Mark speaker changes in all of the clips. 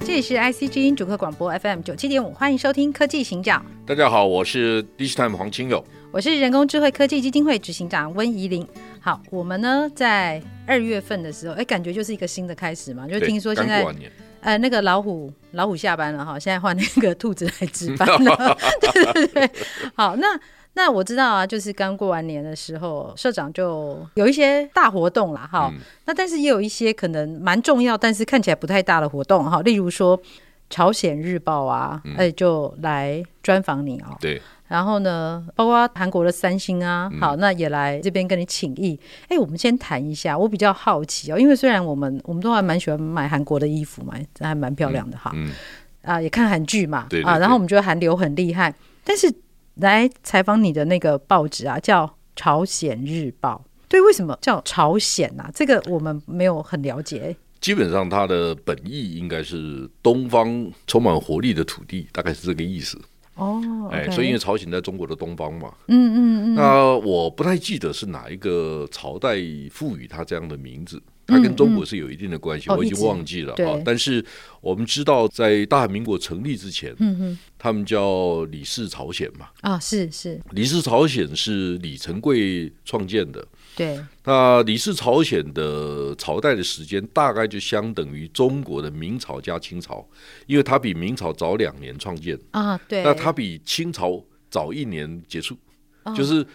Speaker 1: 这里是 IC 之音主客广播 FM 九七点五，欢迎收听科技行脚，
Speaker 2: 大家好，我是 Digitime 黄清友。
Speaker 1: 我是人工智慧科技基金会执行长温怡玲。好，我们呢在二月份的时候，哎，感觉就是一个新的开始嘛，就
Speaker 2: 对
Speaker 1: 听说现
Speaker 2: 刚
Speaker 1: 在
Speaker 2: 过完年，
Speaker 1: 呃那个老虎老虎下班了哈，现在换那个兔子来值班了，对对对。好，那那我知道啊，就是刚过完年的时候，社长就有一些大活动啦哈。
Speaker 2: 嗯
Speaker 1: 那但是也有一些可能蛮重要，但是看起来不太大的活动哈，例如说朝鲜日报啊，哎、就来专访你哦。
Speaker 2: 对，
Speaker 1: 然后呢，包括韩国的三星啊，
Speaker 2: 嗯
Speaker 1: 好，那也来这边跟你请益。哎，我们先谈一下，我比较好奇哦，因为虽然我们我们都还蛮喜欢买韩国的衣服嘛，这还蛮漂亮的哈，
Speaker 2: 嗯，
Speaker 1: 啊，也看韩剧嘛，
Speaker 2: 对对
Speaker 1: 啊，
Speaker 2: 对
Speaker 1: 然后我们觉得韩流很厉害，但是来采访你的那个报纸啊，叫《朝鲜日报》。对，为什么叫朝鲜啊？这个我们没有很了解。
Speaker 2: 基本上它的本意应该是东方充满活力的土地，大概是这个意思。
Speaker 1: 哦，
Speaker 2: 哎，
Speaker 1: OK
Speaker 2: 所以因为朝鲜在中国的东方嘛，
Speaker 1: 嗯嗯嗯，
Speaker 2: 那我不太记得是哪一个朝代赋予它这样的名字。它跟中国是有一定的关系，
Speaker 1: 嗯嗯嗯
Speaker 2: 我已
Speaker 1: 哦一
Speaker 2: 经
Speaker 1: 直
Speaker 2: 忘记了
Speaker 1: 对
Speaker 2: 啊。但是我们知道，在大韩民国成立之前，
Speaker 1: 嗯嗯
Speaker 2: 他们叫李氏朝鲜嘛。
Speaker 1: 啊，是是，
Speaker 2: 李氏朝鲜是李成桂创建的，
Speaker 1: 对，
Speaker 2: 那李氏朝鲜的朝代的时间大概就相等于中国的明朝加清朝，因为它比明朝早两年创建，
Speaker 1: 啊对。
Speaker 2: 那它比清朝早一年结束，
Speaker 1: 哦
Speaker 2: 就是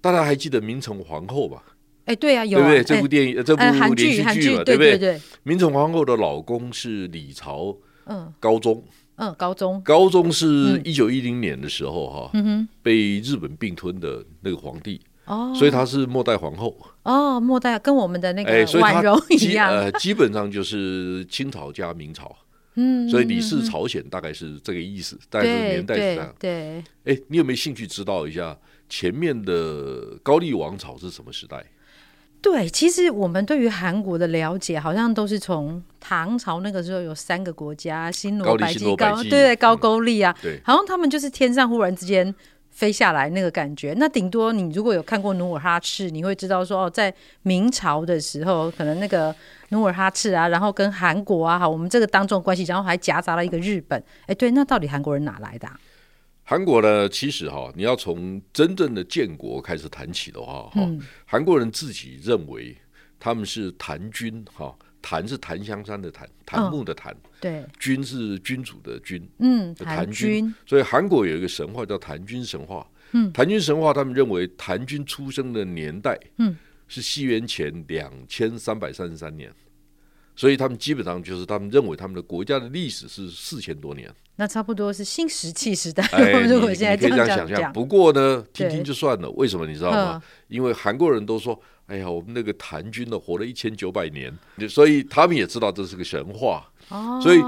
Speaker 2: 大家还记得明成皇后吧？
Speaker 1: 哎对啊，有
Speaker 2: 对
Speaker 1: 啊
Speaker 2: 不
Speaker 1: 哎
Speaker 2: 对？这部电影、呃这部
Speaker 1: 呃韩
Speaker 2: 连
Speaker 1: 剧
Speaker 2: 续
Speaker 1: 韩
Speaker 2: 剧
Speaker 1: 剧
Speaker 2: 嘛，
Speaker 1: 对
Speaker 2: 不
Speaker 1: 对对，
Speaker 2: 明成皇后的老公是李朝
Speaker 1: 嗯
Speaker 2: 高宗，
Speaker 1: 嗯，高中
Speaker 2: 高宗是
Speaker 1: 嗯
Speaker 2: 一九一零年的时候哈、
Speaker 1: 嗯
Speaker 2: 被日本并吞的那个皇帝，
Speaker 1: 哼哦，
Speaker 2: 所以她是末代皇后。
Speaker 1: 哦，末代跟我们的那个
Speaker 2: 哎，所以它
Speaker 1: 婉容
Speaker 2: 基
Speaker 1: 一样，
Speaker 2: 呃，基本上就是清朝加明朝，
Speaker 1: 嗯，
Speaker 2: 所以
Speaker 1: 嗯
Speaker 2: 李氏
Speaker 1: 嗯
Speaker 2: 朝鲜大概是这个意思，大概是
Speaker 1: 对
Speaker 2: 年代是这
Speaker 1: 对
Speaker 2: 样。
Speaker 1: 对，
Speaker 2: 哎，你有没有兴趣知道一下前面的高丽王朝是什么时代？
Speaker 1: 对，其实我们对于韩国的了解，好像都是从唐朝那个时候有三个国家，新罗、
Speaker 2: 高丽
Speaker 1: 白
Speaker 2: 新
Speaker 1: 济、
Speaker 2: 罗白
Speaker 1: 高对
Speaker 2: 济
Speaker 1: 对高
Speaker 2: 嗯
Speaker 1: 句丽啊，
Speaker 2: 对
Speaker 1: 好像他们就是天上忽然之间飞下来那个感觉。那顶多你如果有看过努尔哈赤，你会知道说哦，在明朝的时候，可能那个努尔哈赤啊，然后跟韩国啊，好，我们这个当众关系，然后还夹杂了一个日本。哎，对，那到底韩国人哪来的、啊？
Speaker 2: 韩国呢，其实哈，你要从真正的建国开始谈起的话，哈、
Speaker 1: 嗯
Speaker 2: 韩国人自己认为他们是谭军哈，谭是檀香山的檀，
Speaker 1: 嗯
Speaker 2: 檀木的檀，
Speaker 1: 对，
Speaker 2: 君是君主的君，
Speaker 1: 嗯，
Speaker 2: 就
Speaker 1: 韩
Speaker 2: 谭军
Speaker 1: 军，
Speaker 2: 所以韩国有一个神话叫谭军神话。
Speaker 1: 嗯
Speaker 2: 谭军神话，他们认为谭军出生的年代，
Speaker 1: 嗯，
Speaker 2: 是西元前两千三百三十三年，所以他们基本上就是他们认为他们的国家的历史是四千多 年。
Speaker 1: 那差不多是新石器时代。
Speaker 2: 哎，你
Speaker 1: 如果
Speaker 2: 你
Speaker 1: 现在
Speaker 2: 可以这
Speaker 1: 样
Speaker 2: 样
Speaker 1: 讲
Speaker 2: 想象。
Speaker 1: 讲，
Speaker 2: 不过呢，听
Speaker 1: 对
Speaker 2: 听就算了。为什么你知道吗？因为韩国人都说，哎呀，我们那个谭军呢，活了一千九百年，所以他们也知道这是个神话。
Speaker 1: 哦，
Speaker 2: 所以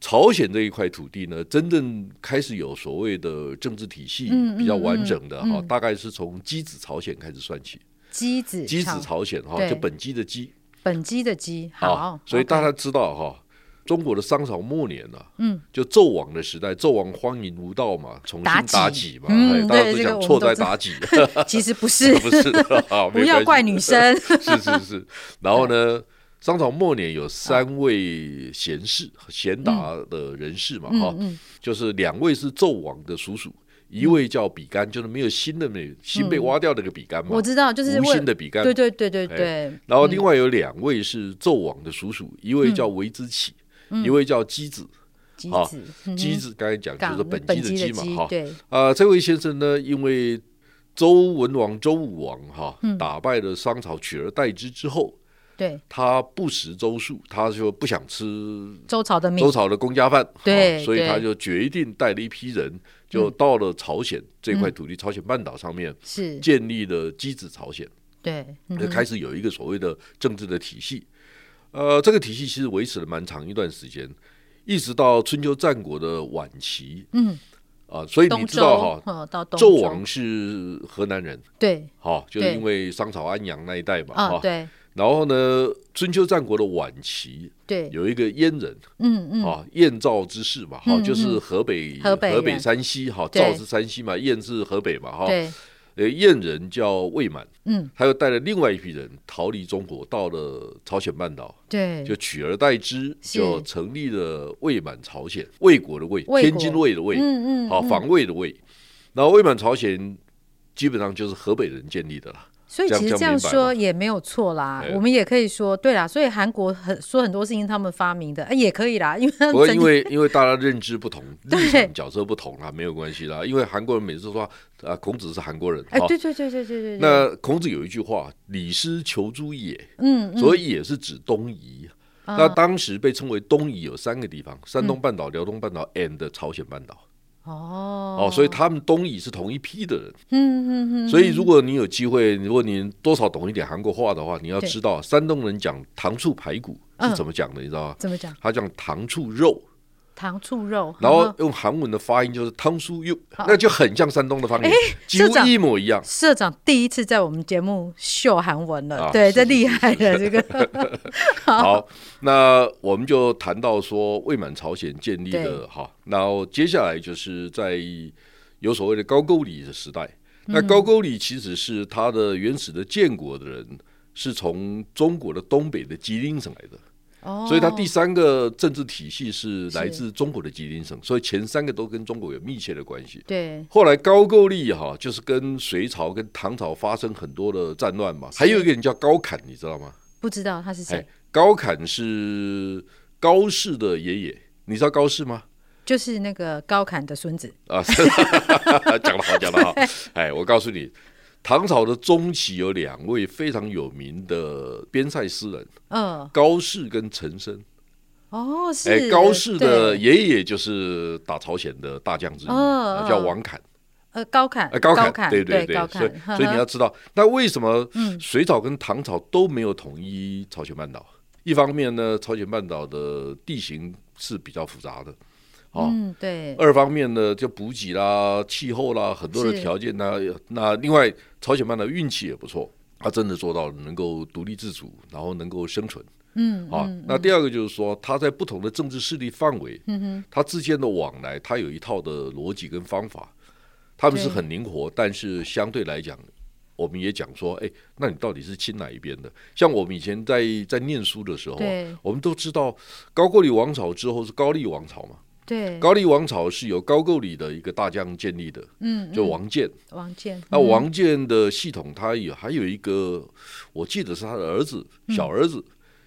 Speaker 2: 朝鲜这一块土地呢，真正开始有所谓的政治体系
Speaker 1: 嗯嗯
Speaker 2: 比较完整的
Speaker 1: 嗯
Speaker 2: 哈，
Speaker 1: 嗯
Speaker 2: 大概是从箕子朝鲜开始算起。
Speaker 1: 箕子
Speaker 2: 箕
Speaker 1: 朝
Speaker 2: 子朝鲜哈，
Speaker 1: 嗯对
Speaker 2: 就本箕的箕
Speaker 1: 本机的机，好
Speaker 2: 啊，，所以
Speaker 1: OK
Speaker 2: 大家知道哈，中国的商朝末年呢，
Speaker 1: 嗯，
Speaker 2: 就纣王的时代，纣王荒淫无道嘛，重新
Speaker 1: 妲己
Speaker 2: 妲己嘛，
Speaker 1: 嗯
Speaker 2: 哎大家
Speaker 1: 对
Speaker 2: 都
Speaker 1: 这个
Speaker 2: 讲
Speaker 1: 我们
Speaker 2: 错
Speaker 1: 都
Speaker 2: 在
Speaker 1: 知道
Speaker 2: 妲己，
Speaker 1: 其实不是，
Speaker 2: 不 是，啊
Speaker 1: 不要怪女，生
Speaker 2: 没关系是是是。然后呢，商朝末年有三位贤士、贤达的人士嘛，哈、
Speaker 1: 嗯嗯
Speaker 2: 就是两位是纣王的叔叔，一位叫比干，就是没有心的那心被挖掉那个比干嘛，
Speaker 1: 嗯我知道，就是
Speaker 2: 无
Speaker 1: 为
Speaker 2: 心的比干。哎
Speaker 1: 对对对对对，
Speaker 2: 然后另外有两位是纣王的叔叔，一位叫维之起，一位叫箕子。
Speaker 1: 机
Speaker 2: 好
Speaker 1: 子，嗯
Speaker 2: 箕
Speaker 1: 哼
Speaker 2: 子刚才讲就
Speaker 1: 港
Speaker 2: 是本
Speaker 1: 本
Speaker 2: 箕的
Speaker 1: 机
Speaker 2: 箕
Speaker 1: 机
Speaker 2: 嘛，哈。
Speaker 1: 对，
Speaker 2: 啊，这位先生呢，因为周文王、周武王哈、
Speaker 1: 嗯
Speaker 2: 打败了商朝，取而代之之后，
Speaker 1: 对，
Speaker 2: 他不食周粟，他就不想吃
Speaker 1: 周朝的名
Speaker 2: 周，朝的公家饭，
Speaker 1: 对
Speaker 2: 啊所以
Speaker 1: 对
Speaker 2: 他就决定带了一批人，
Speaker 1: 嗯
Speaker 2: 就到了朝鲜这块土地，朝鲜半岛上面
Speaker 1: 是
Speaker 2: 建立了箕子朝鲜。
Speaker 1: 对，嗯
Speaker 2: 就开始有一个所谓的政治的体系。呃，这个体系其实维持了蛮长一段时间，一直到春秋战国的晚期
Speaker 1: 嗯，
Speaker 2: 啊、所以你
Speaker 1: 东
Speaker 2: 知
Speaker 1: 周
Speaker 2: 道哈，
Speaker 1: 哦，到东
Speaker 2: 纣
Speaker 1: 周
Speaker 2: 王是河南人，
Speaker 1: 对
Speaker 2: 哈、就是
Speaker 1: 对
Speaker 2: 因为商朝安阳那一带嘛，哈、
Speaker 1: 啊，对
Speaker 2: 然后呢，春秋战国的晚期
Speaker 1: 对，
Speaker 2: 有一个燕人
Speaker 1: 嗯嗯，
Speaker 2: 啊，燕赵之士嘛，哈、
Speaker 1: 嗯
Speaker 2: 就是河北
Speaker 1: 河北人
Speaker 2: 山西哈，
Speaker 1: 对
Speaker 2: 赵是山西嘛，燕是河北嘛，哈，
Speaker 1: 对，
Speaker 2: 呃，燕人叫魏满，
Speaker 1: 嗯
Speaker 2: 他又带了另外一批人逃离中国，到了朝鲜半岛，
Speaker 1: 对，
Speaker 2: 就取而代之，
Speaker 1: 是
Speaker 2: 就成立了魏满朝鲜，魏国的魏，
Speaker 1: 魏国
Speaker 2: 天津卫的魏，
Speaker 1: 嗯嗯，
Speaker 2: 好、
Speaker 1: 嗯
Speaker 2: 防卫的魏。然后魏满朝鲜基本上就是河北人建立的啦，
Speaker 1: 所以
Speaker 2: 这样
Speaker 1: 其实
Speaker 2: 这
Speaker 1: 这样
Speaker 2: 样明白
Speaker 1: 说
Speaker 2: 吗
Speaker 1: 也没有错啦
Speaker 2: 哎，
Speaker 1: 我们也可以说，对啦，所以韩国很说很多事情他们发明的， 哎，也可以啦，因为他们
Speaker 2: 不过
Speaker 1: 整
Speaker 2: 因
Speaker 1: 体
Speaker 2: 为因为大家认知不同，
Speaker 1: 对
Speaker 2: 立场角色不同啦，没有关系啦。因为韩国人每次都说啊，孔子是韩国人，
Speaker 1: 哎，
Speaker 2: 哈
Speaker 1: 对对对对对对，对
Speaker 2: 哦那孔子有一句话：“礼失求诸野”，
Speaker 1: 嗯嗯，
Speaker 2: 所以也是指东夷。
Speaker 1: 啊嗯
Speaker 2: 那当时被称为东夷有三个地方：山东半岛、辽东半岛 and 朝鲜半岛。
Speaker 1: 哦
Speaker 2: 哦，所以他们东夷是同一批的人。
Speaker 1: 嗯嗯嗯，
Speaker 2: 所以如果你有机会，如果你多少懂一点韩国话的话，你要
Speaker 1: 对
Speaker 2: 知道山东人讲糖醋排骨
Speaker 1: 嗯
Speaker 2: 是怎么讲的，你知道吗？
Speaker 1: 怎么讲？
Speaker 2: 他讲糖醋肉，
Speaker 1: 糖醋肉，
Speaker 2: 然后
Speaker 1: 嗯
Speaker 2: 用韩文的发音就是汤苏柚，
Speaker 1: 好
Speaker 2: 那就很像山东的方言，几
Speaker 1: 社
Speaker 2: 乎
Speaker 1: 长
Speaker 2: 一模一样。
Speaker 1: 社长第一次在我们节目秀韩文了，
Speaker 2: 啊
Speaker 1: 对，
Speaker 2: 是
Speaker 1: 这
Speaker 2: 是
Speaker 1: 厉
Speaker 2: 是
Speaker 1: 害了，这 个啊
Speaker 2: 好，那我们就谈到说魏满朝鲜建立
Speaker 1: 对
Speaker 2: 的哈，然后接下来就是在有所谓的高句丽的时代。
Speaker 1: 嗯
Speaker 2: 那高句丽其实是它的原始的建国的人是从中国的东北的吉林省来的，
Speaker 1: 哦，
Speaker 2: 所以它第三个政治体系是来
Speaker 1: 是
Speaker 2: 自中国的吉林省，所以前三个都跟中国有密切的关系。
Speaker 1: 对
Speaker 2: 后来高句丽哈，就是跟隋朝跟唐朝发生很多的战乱嘛，还有一个人叫高侃，你知道吗？
Speaker 1: 不知道他是谁
Speaker 2: 哎，，高侃是高适的爷爷，你知道高适吗？
Speaker 1: 就是那个高侃的孙子，
Speaker 2: 啊， 是讲得好，讲得好。哎，我告诉你，唐朝的中期有两位非常有名的边塞诗人，
Speaker 1: 嗯，
Speaker 2: 高适跟陈升。
Speaker 1: 哦，是、
Speaker 2: 哎，高适的
Speaker 1: 对
Speaker 2: 爷爷就是打朝鲜的大将之一，啊
Speaker 1: 嗯嗯
Speaker 2: 叫王侃。
Speaker 1: 呃高侃，
Speaker 2: 哎，高
Speaker 1: 侃，
Speaker 2: 对
Speaker 1: 对
Speaker 2: 对
Speaker 1: 高，
Speaker 2: 所以
Speaker 1: 侃，呵
Speaker 2: 所以你
Speaker 1: 呵
Speaker 2: 要知道，那为什么
Speaker 1: 嗯
Speaker 2: 隋朝跟唐朝都没有统一朝鲜半岛？一方面呢，朝鲜半岛的地形是比较复杂的，哦。
Speaker 1: 嗯，对，
Speaker 2: 二方面呢，就补给啦、气候啦，很多的
Speaker 1: 是
Speaker 2: 条件呢。那另外，朝鲜半岛运气也不错，他真的做到了能够独立自主，然后能够生存
Speaker 1: 嗯，
Speaker 2: 啊。
Speaker 1: 嗯
Speaker 2: 那第二个就是说，他在不同的政治势力范围，
Speaker 1: 嗯哼，
Speaker 2: 他之间的往来，他有一套的逻辑跟方法，他们是
Speaker 1: 对
Speaker 2: 很灵活，但是相对来讲，我们也讲说，哎，那你到底是亲哪一边的？像我们以前在在念书的时候啊
Speaker 1: 对，
Speaker 2: 我们都知道高句丽王朝之后是高丽王朝嘛，
Speaker 1: 对，
Speaker 2: 高丽王朝是由高句丽的一个大将建立的，
Speaker 1: 嗯，
Speaker 2: 就
Speaker 1: 嗯
Speaker 2: 王建。
Speaker 1: 王建，
Speaker 2: 那
Speaker 1: 嗯
Speaker 2: 王建的系统，他有还有一个，我记得是他的儿子，
Speaker 1: 嗯
Speaker 2: 小儿子。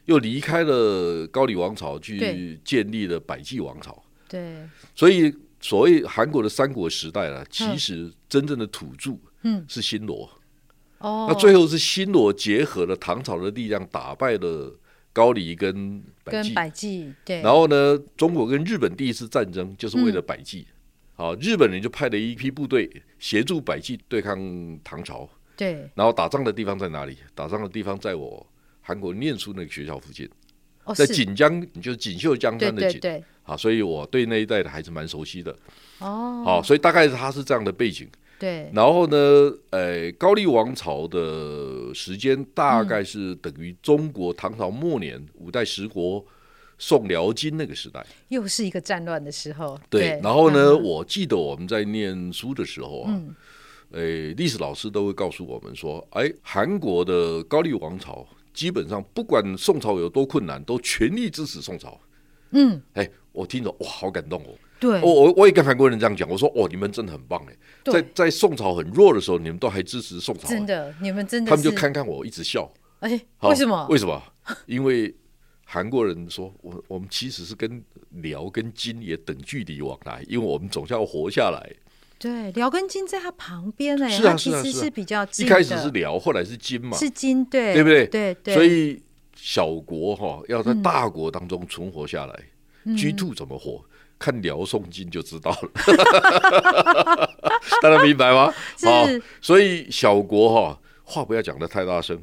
Speaker 2: 又离开了高丽王朝，去
Speaker 1: 对
Speaker 2: 建立了百济王朝。
Speaker 1: 对，
Speaker 2: 所以所谓韩国的三国时代呢，其实真正的土著
Speaker 1: 嗯，
Speaker 2: 是新罗，
Speaker 1: 哦，
Speaker 2: 那最后是新罗结合了唐朝的力量，打败了高丽跟百
Speaker 1: 跟
Speaker 2: 济。
Speaker 1: 百济，对，
Speaker 2: 然后呢，中国跟日本第一次战争就是为了百济。
Speaker 1: 嗯
Speaker 2: 啊，日本人就派了一批部队协助百济对抗唐朝，
Speaker 1: 对，
Speaker 2: 然后打仗的地方在哪里？打仗的地方在我韩国念书那个学校附近，
Speaker 1: 哦，
Speaker 2: 在
Speaker 1: 是
Speaker 2: 锦江，就是锦绣江
Speaker 1: 对
Speaker 2: 山的
Speaker 1: 对
Speaker 2: 锦
Speaker 1: 对，
Speaker 2: 啊，所以我对那一带的还是蛮熟悉的。
Speaker 1: 哦，
Speaker 2: 好、所以大概它是这样的背景。
Speaker 1: 对，
Speaker 2: 然后呢，呃，高丽王朝的时间大
Speaker 1: 嗯
Speaker 2: 概是等于中国唐朝末年、五代十国、宋辽金那个时代。
Speaker 1: 又是一个战乱的时候，
Speaker 2: 然后呢，
Speaker 1: 嗯
Speaker 2: 我记得我们在念书的时候啊，
Speaker 1: 嗯
Speaker 2: 诶，历史老师都会告诉我们说，哎，韩国的高丽王朝基本上不管宋朝有多困难，都全力支持宋朝。
Speaker 1: 嗯，
Speaker 2: 哎，我听着哇，好感动哦。
Speaker 1: 对，
Speaker 2: 我我我也跟韩国人这样讲，我说哦，你们真的很棒哎，
Speaker 1: 对
Speaker 2: 在在宋朝很弱的时候，你们都还支持宋朝，
Speaker 1: 真的，你们真的
Speaker 2: 他们就是看看我一直笑，
Speaker 1: 哎，
Speaker 2: 好
Speaker 1: 为什么？
Speaker 2: 为什么？因为韩国人说，我我们其实是跟辽跟金也等距离往来，因为我们总是要活下来。
Speaker 1: 对，辽根金在他旁边哎，
Speaker 2: 是啊
Speaker 1: 他其
Speaker 2: 是啊
Speaker 1: 实
Speaker 2: 是啊
Speaker 1: 是比较
Speaker 2: 一
Speaker 1: 近的，
Speaker 2: 开始是辽，后来是金嘛，
Speaker 1: 是金，对，
Speaker 2: 对不对
Speaker 1: 对对，
Speaker 2: 所以小国哈、要在大国当中存活下来、g
Speaker 1: 嗯
Speaker 2: two 怎么活？看辽宋金就知道了， 大家明白吗？
Speaker 1: 是
Speaker 2: 所以小国哈、话不要讲的太大声，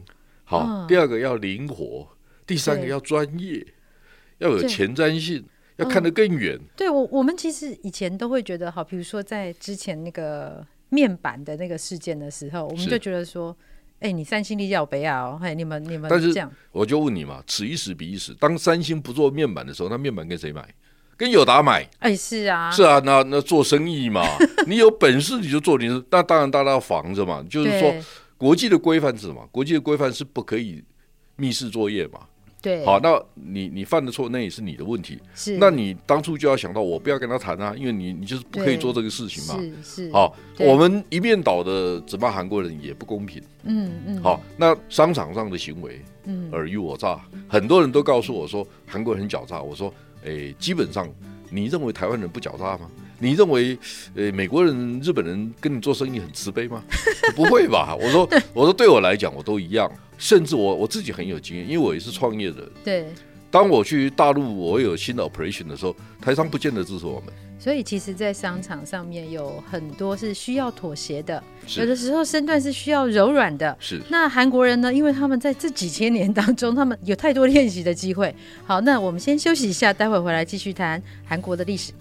Speaker 2: 好，
Speaker 1: 嗯
Speaker 2: 第二个要灵活，第三个
Speaker 1: 对
Speaker 2: 要专业，要有
Speaker 1: 对
Speaker 2: 前瞻性，要
Speaker 1: 嗯
Speaker 2: 看得更远。
Speaker 1: 对我，我们其实以前都会觉得，好，比如说在之前那个面板的那个事件的时候，我们
Speaker 2: 是
Speaker 1: 就觉得说，哎、你三星力要北亚哦，嘿，你们你们
Speaker 2: 但是
Speaker 1: 这样，
Speaker 2: 我就问你嘛，此一时彼一时，当三星不做面板的时候，那面板跟谁买？跟友达买。
Speaker 1: 哎、是啊，
Speaker 2: 是啊，那那做生 意嘛，你有本事你就做，你是那当然大家要防着嘛。就是说，
Speaker 1: 对
Speaker 2: 国际的规范是什么？国际的规范是不可以密室作业嘛。
Speaker 1: 对，
Speaker 2: 好，那你你犯的错，那也是你的问题。
Speaker 1: 是，
Speaker 2: 那你当初就要想到，我不要跟他谈啊，因为你你就是不可以
Speaker 1: 对
Speaker 2: 做这个事情嘛。
Speaker 1: 是是，
Speaker 2: 好，
Speaker 1: 对
Speaker 2: 我们一面倒的责骂韩国人也不公平。
Speaker 1: 嗯嗯，
Speaker 2: 好，那商场上的行为，
Speaker 1: 嗯，
Speaker 2: 尔虞我诈，很多人都告诉我说韩国人很狡诈。我说，诶，基本上你认为台湾人不狡诈吗？你认为，呃，美国人、日本人跟你做生意很慈悲吗？ 不会吧？我说，我说对我来讲，我都一样。甚至我我自己很有经验，因为我也是创业的。
Speaker 1: 对，
Speaker 2: 当我去大陆，我有新的 operation 的时候，台商不见得支持我们。
Speaker 1: 所以其实，在商场上面有很多是需要妥协的，有
Speaker 2: 是
Speaker 1: 的时候身段是需要柔软的。
Speaker 2: 是，
Speaker 1: 那韩国人呢？因为他们在这几千年当中，他们有太多练习的机会。好，那我们先休息一下，待会回来继续谈韩国的历史。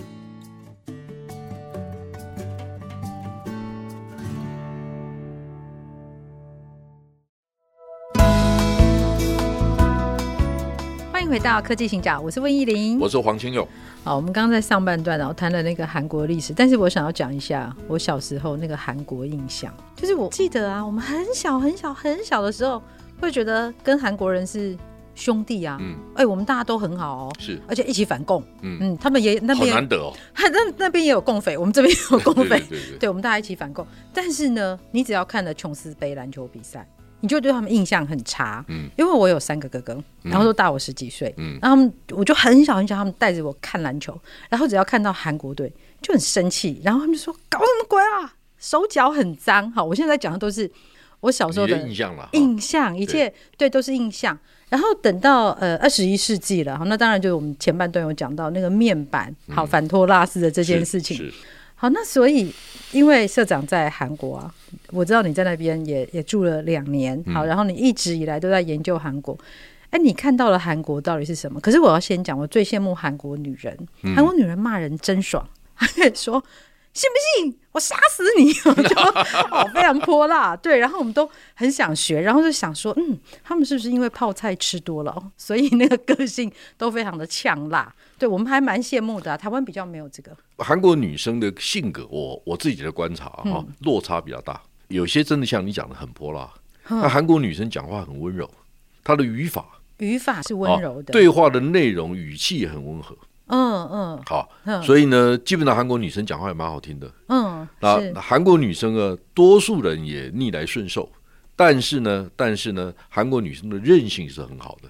Speaker 1: 欢迎回到科技行脚，我是温依玲，
Speaker 2: 我是黄清勇。
Speaker 1: 好，我们刚刚在上半段哦谈了那个韩国历史，但是我想要讲一下我小时候那个韩国印象，就是我记得啊，我们很小很小很小的时候，会觉得跟韩国人是兄弟啊，
Speaker 2: 嗯，
Speaker 1: 哎、我们大家都很好哦，
Speaker 2: 是，
Speaker 1: 而且一起反共，
Speaker 2: 嗯，
Speaker 1: 嗯，他们也那
Speaker 2: 好
Speaker 1: 边
Speaker 2: 难得哦。
Speaker 1: 那那边也有共匪，我们这边也有共
Speaker 2: 对对
Speaker 1: 匪，
Speaker 2: 对对，
Speaker 1: 对，我们大家一起反共。但是呢，你只要看了琼斯杯篮球比赛，你就对他们印象很差。
Speaker 2: 嗯
Speaker 1: 因为我有三个哥哥，然后都大我十几岁，
Speaker 2: 嗯
Speaker 1: 然后他们我就很小很小，他们带着我看篮球，然后只要看到韩国队就很生气，然后他们就说搞什么鬼啊，手脚很脏。好，我现在讲的都是我小时候
Speaker 2: 你
Speaker 1: 的
Speaker 2: 的印象了。哈
Speaker 1: 印象，一切对都是印象。然后等到呃二十一世纪了，好，那当然就是我们前半段有讲到那个面板，好反托拉斯的这件事情，
Speaker 2: 嗯是是
Speaker 1: 好，那所以因为社长在韩国啊，我知道你在那边也也住了两年，好，然后你一直以来都在研究韩国。哎，你看到了韩国到底是什么？可是我要先讲，我最羡慕韩国女人，韩国女人骂人真爽， 她可以说信不信我杀死你， 我就哦非常泼辣，对。然后我们都很想学，然后就想说，嗯，他们是不是因为泡菜吃多了，哦所以那个个性都非常的呛辣？对我们还蛮羡慕的啊、台湾比较没有这个，
Speaker 2: 韩国女生的性格，我我自己的观察啊，
Speaker 1: 嗯
Speaker 2: 哈落差比较大。有些真的像你讲的很泼辣，
Speaker 1: 嗯
Speaker 2: 那韩国女生讲话很温柔，她的语法
Speaker 1: 语法是
Speaker 2: 啊
Speaker 1: 温柔的，
Speaker 2: 对话的内容语气也很温和。
Speaker 1: 嗯嗯
Speaker 2: 好
Speaker 1: 嗯，
Speaker 2: 所以呢，基本上韩国女生讲话也蛮好听的。
Speaker 1: 嗯，
Speaker 2: 那
Speaker 1: 是
Speaker 2: 那韩国女生呢，多数人也逆来顺受，但是呢，但是呢，韩国女生的韧性是很好的。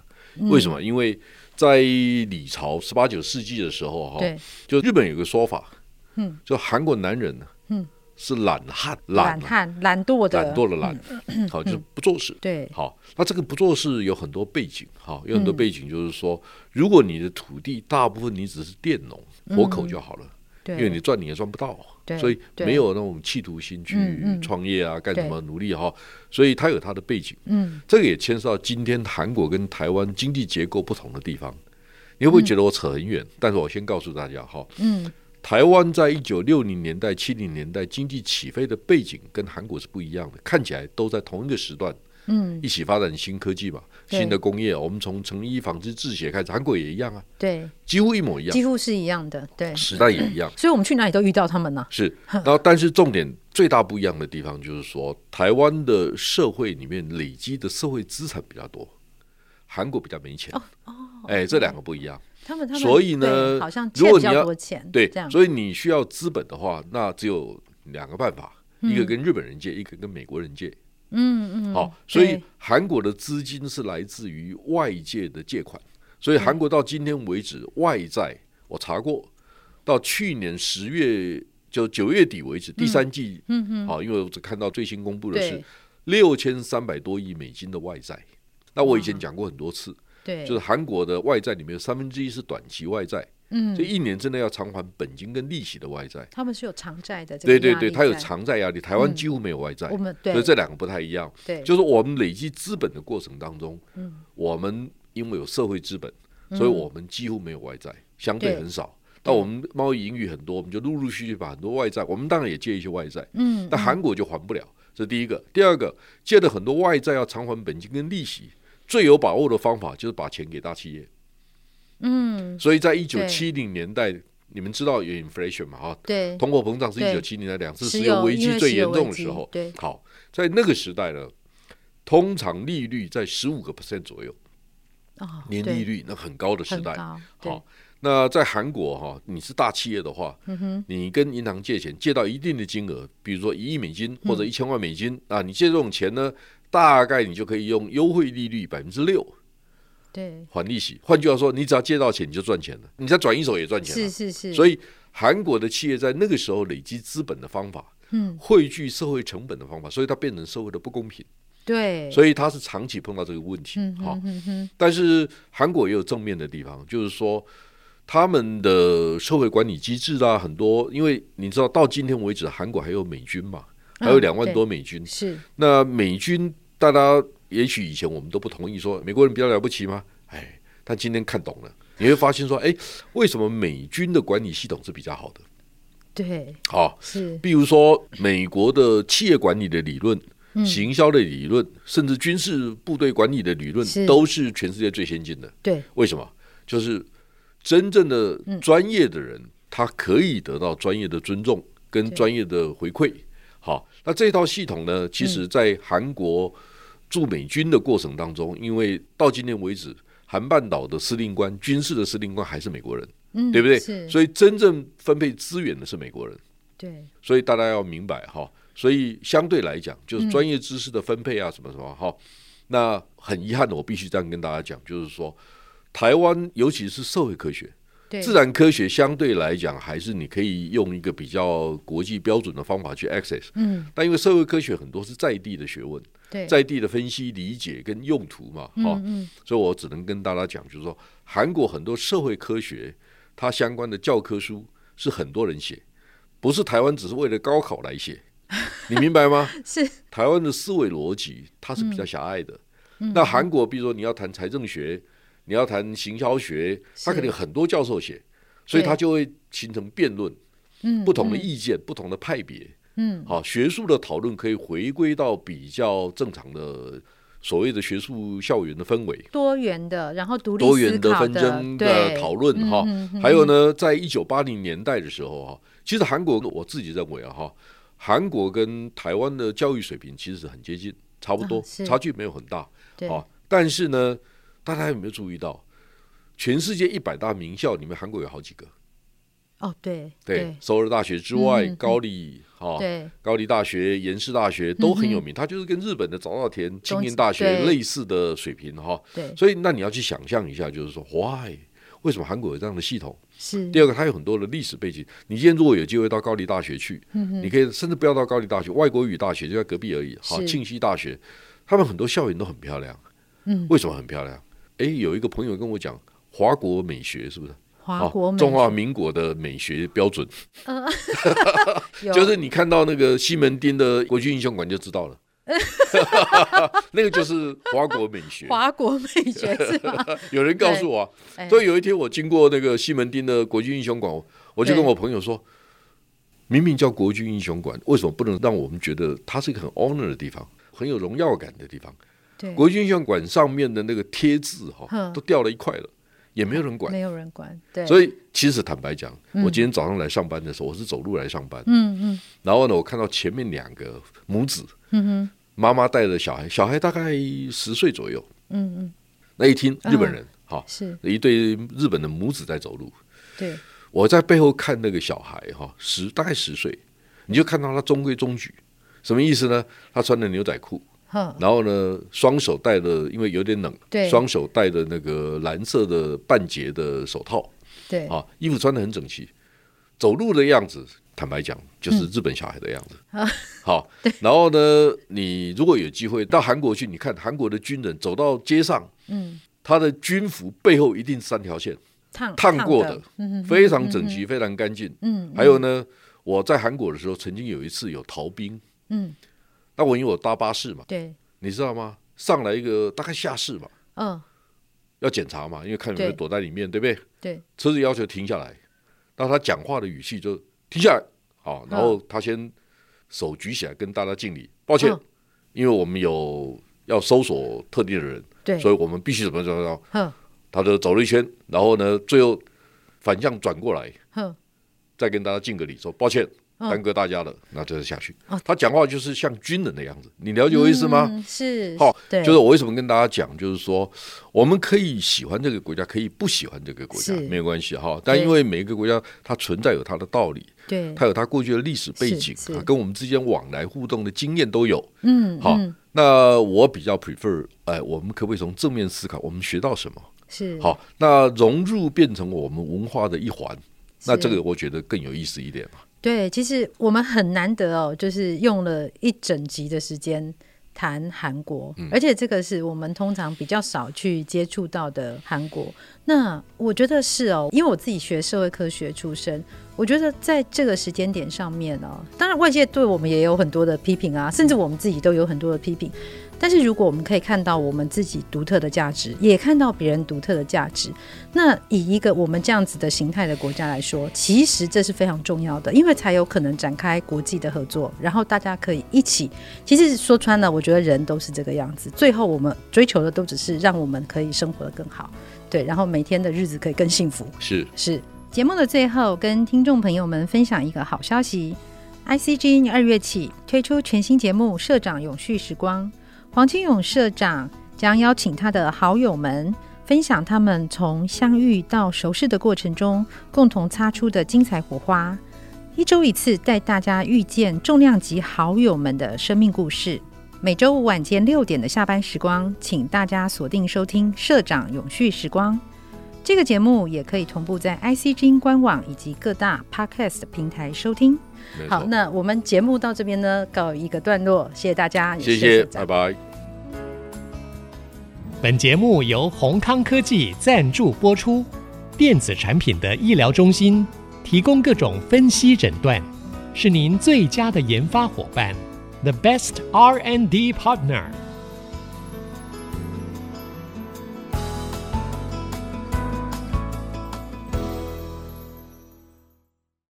Speaker 2: 为
Speaker 1: 嗯
Speaker 2: 什么？因为在李朝十八九世纪的时候，哈，
Speaker 1: 对，
Speaker 2: 就日本有个说法，
Speaker 1: 嗯，
Speaker 2: 就韩国男人呢，
Speaker 1: 嗯，
Speaker 2: 是懒汉，
Speaker 1: 懒
Speaker 2: 啊
Speaker 1: 汉、懒惰的，嗯
Speaker 2: 懒惰的懒，好，就是不做事。
Speaker 1: 对，嗯
Speaker 2: 好，那这个不做事有很多背景，哈，有很多背景就是说，如果你的土地大部分你只是佃农，活口就好了，
Speaker 1: 嗯对，
Speaker 2: 因为你赚你也赚不到
Speaker 1: 对，
Speaker 2: 所以
Speaker 1: 对
Speaker 2: 没有那种企图心
Speaker 1: 嗯
Speaker 2: 去
Speaker 1: 嗯
Speaker 2: 创业啊，干什么努力哈，所以它有它的背景。
Speaker 1: 嗯，
Speaker 2: 这个也牵涉到今天韩国跟台湾经济结构不同的地方。你会不会觉得我扯很远？但是我先告诉大家哈，
Speaker 1: 嗯，
Speaker 2: 台湾在一九六零年代、七零年代经济起飞的背景跟韩国是不一样的，看起来都在同一个时段，
Speaker 1: 嗯，
Speaker 2: 一起发展新科技嘛，
Speaker 1: 对
Speaker 2: 新的工业。我们从成衣、纺织、制鞋开始，韩国也一样啊，
Speaker 1: 对，
Speaker 2: 几乎一模一样，
Speaker 1: 几乎是一样的，对，
Speaker 2: 时代也一样。
Speaker 1: 所以我们去哪里都遇到他们呢、
Speaker 2: 是，然后但是重点最大不一样的地方就是说，台湾的社会里面累积的社会资产比较多，韩国比较没钱。哦哎，这两个不一样。
Speaker 1: 他们他们，
Speaker 2: 所以呢
Speaker 1: 对好像
Speaker 2: 如
Speaker 1: 欠
Speaker 2: 果
Speaker 1: 比
Speaker 2: 你
Speaker 1: 较
Speaker 2: 要
Speaker 1: 多钱，
Speaker 2: 对
Speaker 1: 这样，，
Speaker 2: 所以你需要资本的话，那只有两个办法，一个跟日本人借，一个跟美国人借。
Speaker 1: 嗯嗯嗯，
Speaker 2: 好，所以
Speaker 1: 对
Speaker 2: 韩国的资金是来自于外界的借款，所以韩国到今天为止，外债我查过，到去年十月就九月底为止，第三季，嗯嗯，好，因为我只看到最新公布的是
Speaker 1: 对
Speaker 2: 六千三百多亿美金的外债。那我以前讲过很多次，
Speaker 1: 对，
Speaker 2: 就是韩国的外债里面有三分之一是短期外债，嗯，所以一年之内要偿还本金跟利息的外债。
Speaker 1: 他们是有偿债的，
Speaker 2: 对对对，它有
Speaker 1: 偿，
Speaker 2: 偿债压力，嗯台湾几乎没有外债，
Speaker 1: 我们对
Speaker 2: 所以这两个不太一样。
Speaker 1: 对，
Speaker 2: 就是我们累积资本的过程当中，我们因为有社会资本，所以我们几乎没有外债，相嗯对
Speaker 1: 对
Speaker 2: 很少。那我们贸易盈余很多，我们就陆陆续续把很多外债，我们当然也借一些外债，
Speaker 1: 嗯，
Speaker 2: 但韩国就还不了，这是第一个。第二个，借了很多外债要偿还本金跟利息，最有把握的方法就是把钱给大企业。嗯，所以在一九七零年代，你们知道有 inflation 嘛？哈，
Speaker 1: 对，
Speaker 2: 通货膨胀是一
Speaker 1: 对
Speaker 2: 九七零年代两次
Speaker 1: 石
Speaker 2: 石油
Speaker 1: 油
Speaker 2: 危
Speaker 1: 因
Speaker 2: 机
Speaker 1: 为
Speaker 2: 最
Speaker 1: 石
Speaker 2: 严
Speaker 1: 油
Speaker 2: 重
Speaker 1: 危
Speaker 2: 的时
Speaker 1: 机
Speaker 2: 候。
Speaker 1: 对
Speaker 2: 好，在那个时代呢，通常利率在十五个 percent 左右，
Speaker 1: 哦
Speaker 2: 年
Speaker 1: 对
Speaker 2: 利率那很高的时
Speaker 1: 很
Speaker 2: 代。
Speaker 1: 高，对
Speaker 2: 好，，那在韩国哈、你是大企业的话，
Speaker 1: 嗯
Speaker 2: 你跟银行借钱，借到一定的金额，比如说一亿美金
Speaker 1: 嗯
Speaker 2: 或者一千万美金、啊，你借这种钱呢，大概你就可以用优惠利率百分之六
Speaker 1: 对，
Speaker 2: 还利息。换句话说，你只要借到钱，你就赚钱了，你再转一手也赚钱
Speaker 1: 是
Speaker 2: 了。
Speaker 1: 是是，
Speaker 2: 所
Speaker 1: 以
Speaker 2: 以韩国的企业在那个时候累积资本的方法，
Speaker 1: 嗯，
Speaker 2: 汇聚社会成本的方法，所以它变成社会的不公平，
Speaker 1: 对，以
Speaker 2: 所以它是长期碰到这个问题。
Speaker 1: 嗯
Speaker 2: 好、
Speaker 1: 哼哼哼，
Speaker 2: 但是韩国也有正面的地方，就是说他们的社会管理机制啊，很多，因为你知道到今天为止，韩国还有美军嘛，还有
Speaker 1: 嗯
Speaker 2: 两万
Speaker 1: 对
Speaker 2: 多美军，
Speaker 1: 是
Speaker 2: 那美军大家也许以前我们都不同意说美国人比较了不起吗？哎，但今天看懂了，你会发现说，哎，为什么美军的管理系统是比较好的？
Speaker 1: 对，
Speaker 2: 好、
Speaker 1: 是
Speaker 2: 比如说美国的企业管理的理论、
Speaker 1: 嗯
Speaker 2: 行销的理论，甚至军事部队管理的理论，
Speaker 1: 是
Speaker 2: 都是全世界最先进的。
Speaker 1: 对，
Speaker 2: 为什么？就是真正的
Speaker 1: 嗯
Speaker 2: 专业的人，他可以得到专业的尊重跟
Speaker 1: 对
Speaker 2: 专业的回馈。好，那这套系统呢，其
Speaker 1: 嗯
Speaker 2: 实在韩国驻美军的过程当中，因为到今天为止，韩半岛的司令官、军事的司令官还是美国人，
Speaker 1: 嗯，
Speaker 2: 对不对？
Speaker 1: 是，
Speaker 2: 所以真正分配资源的是美国人。
Speaker 1: 对，
Speaker 2: 所以大家要明白哈。所以相对来讲，
Speaker 1: 嗯
Speaker 2: 就是专业知识的分配啊，什么什么哈。那很遗憾的，我必须这样跟大家讲，就是说，台湾尤其是社会科学、
Speaker 1: 对，
Speaker 2: 自然科学，相对来讲还是你可以用一个比较国际标准的方法去 access。
Speaker 1: 嗯，
Speaker 2: 但因为社会科学很多是在地的学问，
Speaker 1: 对，嗯
Speaker 2: 在地的分析、理解跟用途嘛，哈、所以我只能跟大家讲，就是说，韩国很多社会科学它相关的教科书是很多人写，不是台湾只是为了高考 来写，你明白吗？
Speaker 1: 嗯是
Speaker 2: 台湾的思维逻辑它是比
Speaker 1: 嗯
Speaker 2: 较狭隘的，那韩国比如说你要谈财政学，你要谈行销学，
Speaker 1: 是
Speaker 2: 它可能有很多教授写，所以它
Speaker 1: 对
Speaker 2: 就会形成辩论，
Speaker 1: 嗯
Speaker 2: 不同的意见、不同的派别。
Speaker 1: 嗯，
Speaker 2: 好，学术的讨论可以回归到比较正常的所谓的学术校园的氛围，
Speaker 1: 多元的，然后独立
Speaker 2: 多元
Speaker 1: 思
Speaker 2: 的
Speaker 1: 考
Speaker 2: 纷争
Speaker 1: 对
Speaker 2: 的讨论哈
Speaker 1: 嗯嗯嗯。
Speaker 2: 还有呢，在一九八零年代的时候哈，其实韩国我自己认为啊哈，韩国跟台湾的教育水平其实是很接近，差不多
Speaker 1: 啊是，
Speaker 2: 差距没有很大。
Speaker 1: 对
Speaker 2: 啊，但是呢，大家有没有注意到，全世界一百大名校里面，韩国有好几个，
Speaker 1: 哦，对嗯
Speaker 2: 对，首尔大学之外，高丽哈，
Speaker 1: 对嗯
Speaker 2: 高丽大学、延世大学都很有名，它就是跟日本的早稻田、青年大学
Speaker 1: 对
Speaker 2: 类似的水平哈。
Speaker 1: 对，
Speaker 2: 所以，那你要去想象一下，就是说，why？为什么韩国有这样的系统？
Speaker 1: 是
Speaker 2: 第二个，它有很多的历史背景。你今天如果有机会到高丽大学去，
Speaker 1: 嗯
Speaker 2: 你可以甚至不要到高丽大学，外国语大学就在隔壁而已。哈，
Speaker 1: 是
Speaker 2: 庆熙大学，他们很多校园都很漂亮。
Speaker 1: 嗯
Speaker 2: 为什么很漂亮？诶，有一个朋友跟我讲，华国美学是不是？
Speaker 1: 华国
Speaker 2: 啊
Speaker 1: 美
Speaker 2: 中华民国的美学标准，
Speaker 1: 有
Speaker 2: 就是你看到那个西门町的国军英雄馆就知道了。 那个就是华国美学，
Speaker 1: 华国美学是 吗？
Speaker 2: 有人告诉我啊、
Speaker 1: 哎
Speaker 2: 所以有一天我经过那个西门町的国军英雄馆，我我就跟我朋友说，明明叫国军英雄馆，为什么不能让我们觉得它是一个很 honor 的地方，很有荣耀感的地方？
Speaker 1: 对，
Speaker 2: 国军英雄馆上面的那个贴字哈、
Speaker 1: 嗯
Speaker 2: 都掉了一块了，也没有人管。
Speaker 1: 没有人管，对，
Speaker 2: 所
Speaker 1: 以
Speaker 2: 以其实坦白讲，我今天早上来上班的时候，我是走路来上班，
Speaker 1: 嗯嗯
Speaker 2: 然后呢，我看到前面两个母子，
Speaker 1: 嗯
Speaker 2: 妈妈带着小孩，小孩大概十岁左右，
Speaker 1: 哼嗯嗯，
Speaker 2: 那一听日本人，好、
Speaker 1: 是
Speaker 2: 一对日本的母子在走路，
Speaker 1: 对，
Speaker 2: 我在背后看那个小孩哈，十大概十岁，你就看到他中规中矩，什么意思呢？他穿的牛仔裤，
Speaker 1: 哼，
Speaker 2: 然后呢，双手戴了，因为有点冷
Speaker 1: 对，
Speaker 2: 双手戴的那个蓝色的半截的手套，
Speaker 1: 对，
Speaker 2: 啊，衣服穿的很整齐，走路的样子，坦白讲，就是
Speaker 1: 嗯
Speaker 2: 日本小孩的样 子。
Speaker 1: 啊
Speaker 2: 好，然后呢，你如果有机会到韩国去，你看韩国的军人走到街上，
Speaker 1: 嗯，
Speaker 2: 他的军服背后一定三条线，
Speaker 1: 烫
Speaker 2: 烫过
Speaker 1: 的
Speaker 2: 的，，非常整齐，非常干净。
Speaker 1: 嗯，
Speaker 2: 还有呢，我在韩国的时候，曾经有一次有逃兵，
Speaker 1: 嗯，
Speaker 2: 那我因为我搭巴士嘛，
Speaker 1: 对，
Speaker 2: 你知道吗？上来一个大概下士吧，
Speaker 1: 嗯，
Speaker 2: 要检查嘛，因为看有没有
Speaker 1: 对
Speaker 2: 躲在里面，对不对？
Speaker 1: 对，
Speaker 2: 车子要求停下来，那他讲话的语气就停下来，好，
Speaker 1: 嗯
Speaker 2: 然后他先手举起来跟大家敬礼，抱歉，
Speaker 1: 嗯
Speaker 2: 因为我们有要搜索特定的人，
Speaker 1: 对，
Speaker 2: 所以我们必须怎么怎么样。
Speaker 1: 哼
Speaker 2: 他就走了一圈，然后呢，最后反向转过来，
Speaker 1: 哼，
Speaker 2: 再跟大家敬个礼，说抱歉，
Speaker 1: 嗯
Speaker 2: 耽搁大家了，那就是下去
Speaker 1: 哦。
Speaker 2: 他讲话就是像军人的样子，你了解我意思吗？
Speaker 1: 嗯？是，
Speaker 2: 好，
Speaker 1: 对，
Speaker 2: 就是我为什么跟大家讲，就是说我们可以喜欢这个国家，可以不喜欢这个国家
Speaker 1: 是，
Speaker 2: 没有关系哈。但
Speaker 1: 对
Speaker 2: 因为每一个国家它存在有它的道理，
Speaker 1: 对，
Speaker 2: 它有它过去的历史背景
Speaker 1: 是是
Speaker 2: 啊，跟我们之间往来互动的经验都有。
Speaker 1: 嗯，
Speaker 2: 好
Speaker 1: 嗯，
Speaker 2: 那我比较 prefer，哎，我们可不可以从正面思考，我们学到什么？
Speaker 1: 是，
Speaker 2: 好，那融入变成我们文化的一环，那
Speaker 1: 是
Speaker 2: 这个我觉得更有意思一点嘛。
Speaker 1: 对，其实我们很难得哦，就是用了一整集的时间谈韩国，
Speaker 2: 嗯
Speaker 1: 而且这个是我们通常比较少去接触到的韩国。那我觉得是哦，因为我自己学社会科学出身，我觉得在这个时间点上面哦，当然外界对我们也有很多的批评啊，甚至我们自己都有很多的批评。但是如果我们可以看到我们自己独特的价值，也看到别人独特的价值，那以一个我们这样子的形态的国家来说，其实这是非常重要的，因为才有可能展开国际的合作，然后大家可以一起。其实说穿了，我觉得人都是这个样子，最后我们追求的都只是让我们可以生活得更好，对，然后每天的日子可以更幸福。
Speaker 2: 是，
Speaker 1: 是节目的最后，跟听众朋友们分享一个好消息：ICG 二月起推出全新节目《社长永续时光》，黄金勇社长将邀请他的好友们。分享他们从相遇到熟识的过程中，共同擦出的精彩火花。一周一次，带大家遇见重量级好友们的生命故事。每周五晚间六点的下班时光，请大家锁定收听《社长永续时光》。这个节目也可以同步在 IC 之音官网以及各大 Podcast 平台收听。
Speaker 2: 没
Speaker 1: 好，
Speaker 2: 错。
Speaker 1: 那我们节目到这边呢，告一个段落，谢谢大家，也
Speaker 2: 谢
Speaker 1: 谢
Speaker 2: 谢，
Speaker 1: 长
Speaker 2: 拜拜。
Speaker 3: 本节目由宏康科技赞助播出。电子产品的医疗中心提供各种分析诊断，是您最佳的研发伙伴，the best R&D partner。